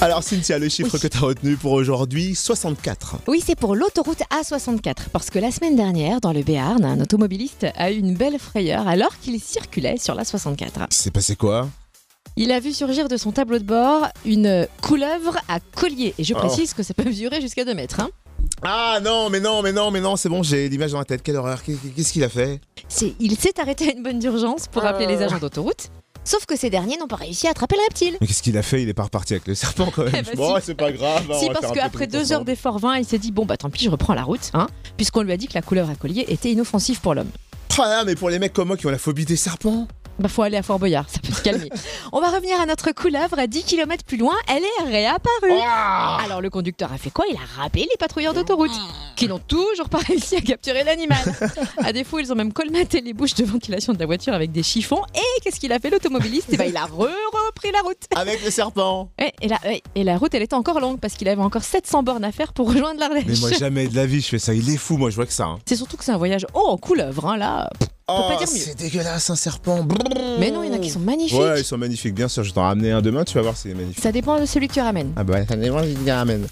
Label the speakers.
Speaker 1: Alors Cynthia, le chiffre que tu as retenu pour aujourd'hui, 64.
Speaker 2: Oui, c'est pour l'autoroute A64, parce que la semaine dernière, dans le Béarn, un automobiliste a eu une belle frayeur alors qu'il circulait sur l'A64.
Speaker 1: C'est passé quoi
Speaker 2: Il a vu surgir de son tableau de bord une couleuvre à collier, et je
Speaker 1: Oh.
Speaker 2: précise que ça peut mesurer jusqu'à 2 mètres. hein.
Speaker 1: Ah non, mais non, mais non, mais non, c'est bon, j'ai l'image dans la tête. Quelle horreur, Qu'est- qu'est-ce qu'il a fait
Speaker 2: C'est- Il s'est arrêté à une bonne d'urgence pour appeler
Speaker 1: Euh.
Speaker 2: les agents d'autoroute, sauf que ces derniers n'ont pas réussi à attraper le reptile.
Speaker 1: Mais qu'est-ce qu'il a fait Il est pas reparti avec le serpent quand même.
Speaker 2: Eh ben
Speaker 1: bon,
Speaker 2: si.
Speaker 1: c'est pas grave. hein,
Speaker 2: si,
Speaker 1: on va faire
Speaker 2: parce
Speaker 1: un peu
Speaker 2: qu'après
Speaker 1: plus
Speaker 2: deux heures d'efforts vains, il s'est dit bon bah tant pis, je reprends la route, hein, puisqu'on lui a dit que la couleur à collier était inoffensive pour l'homme.
Speaker 1: Ah là, mais pour les mecs comme moi qui ont la phobie des serpents.
Speaker 2: Bah faut aller à Fort Boyard, ça peut se calmer. On va revenir à notre couleuvre à 10 km plus loin, elle est réapparue.
Speaker 1: Ah
Speaker 2: Alors le conducteur a fait quoi Il a rappelé les patrouilleurs d'autoroute, qui n'ont toujours pas réussi à capturer l'animal. À défaut, ils ont même colmaté les bouches de ventilation de la voiture avec des chiffons. Et qu'est-ce qu'il a fait l'automobiliste Eh ben, il a repris la route.
Speaker 1: avec le serpent.
Speaker 2: Ouais, Et la, ouais, et la route, elle était encore longue parce qu'il avait encore 700 bornes à faire pour rejoindre
Speaker 1: Mais moi
Speaker 2: l'Ardèche.
Speaker 1: jamais de la vie je fais ça. Il est fou, moi je vois que ça. hein.
Speaker 2: C'est surtout que c'est un voyage oh en couleuvre, hein, là.
Speaker 1: Oh,
Speaker 2: pas dire mieux.
Speaker 1: c'est dégueulasse un serpent.
Speaker 2: Mais non, il y en a qui
Speaker 1: Mm.
Speaker 2: sont magnifiques.
Speaker 1: Ouais, ils sont magnifiques, bien sûr. Je vais t'en ramener un demain, tu vas voir, c'est magnifique.
Speaker 2: Ça dépend de celui que tu ramènes.
Speaker 1: Ah bah ouais, t'en as vraiment, je te ramène.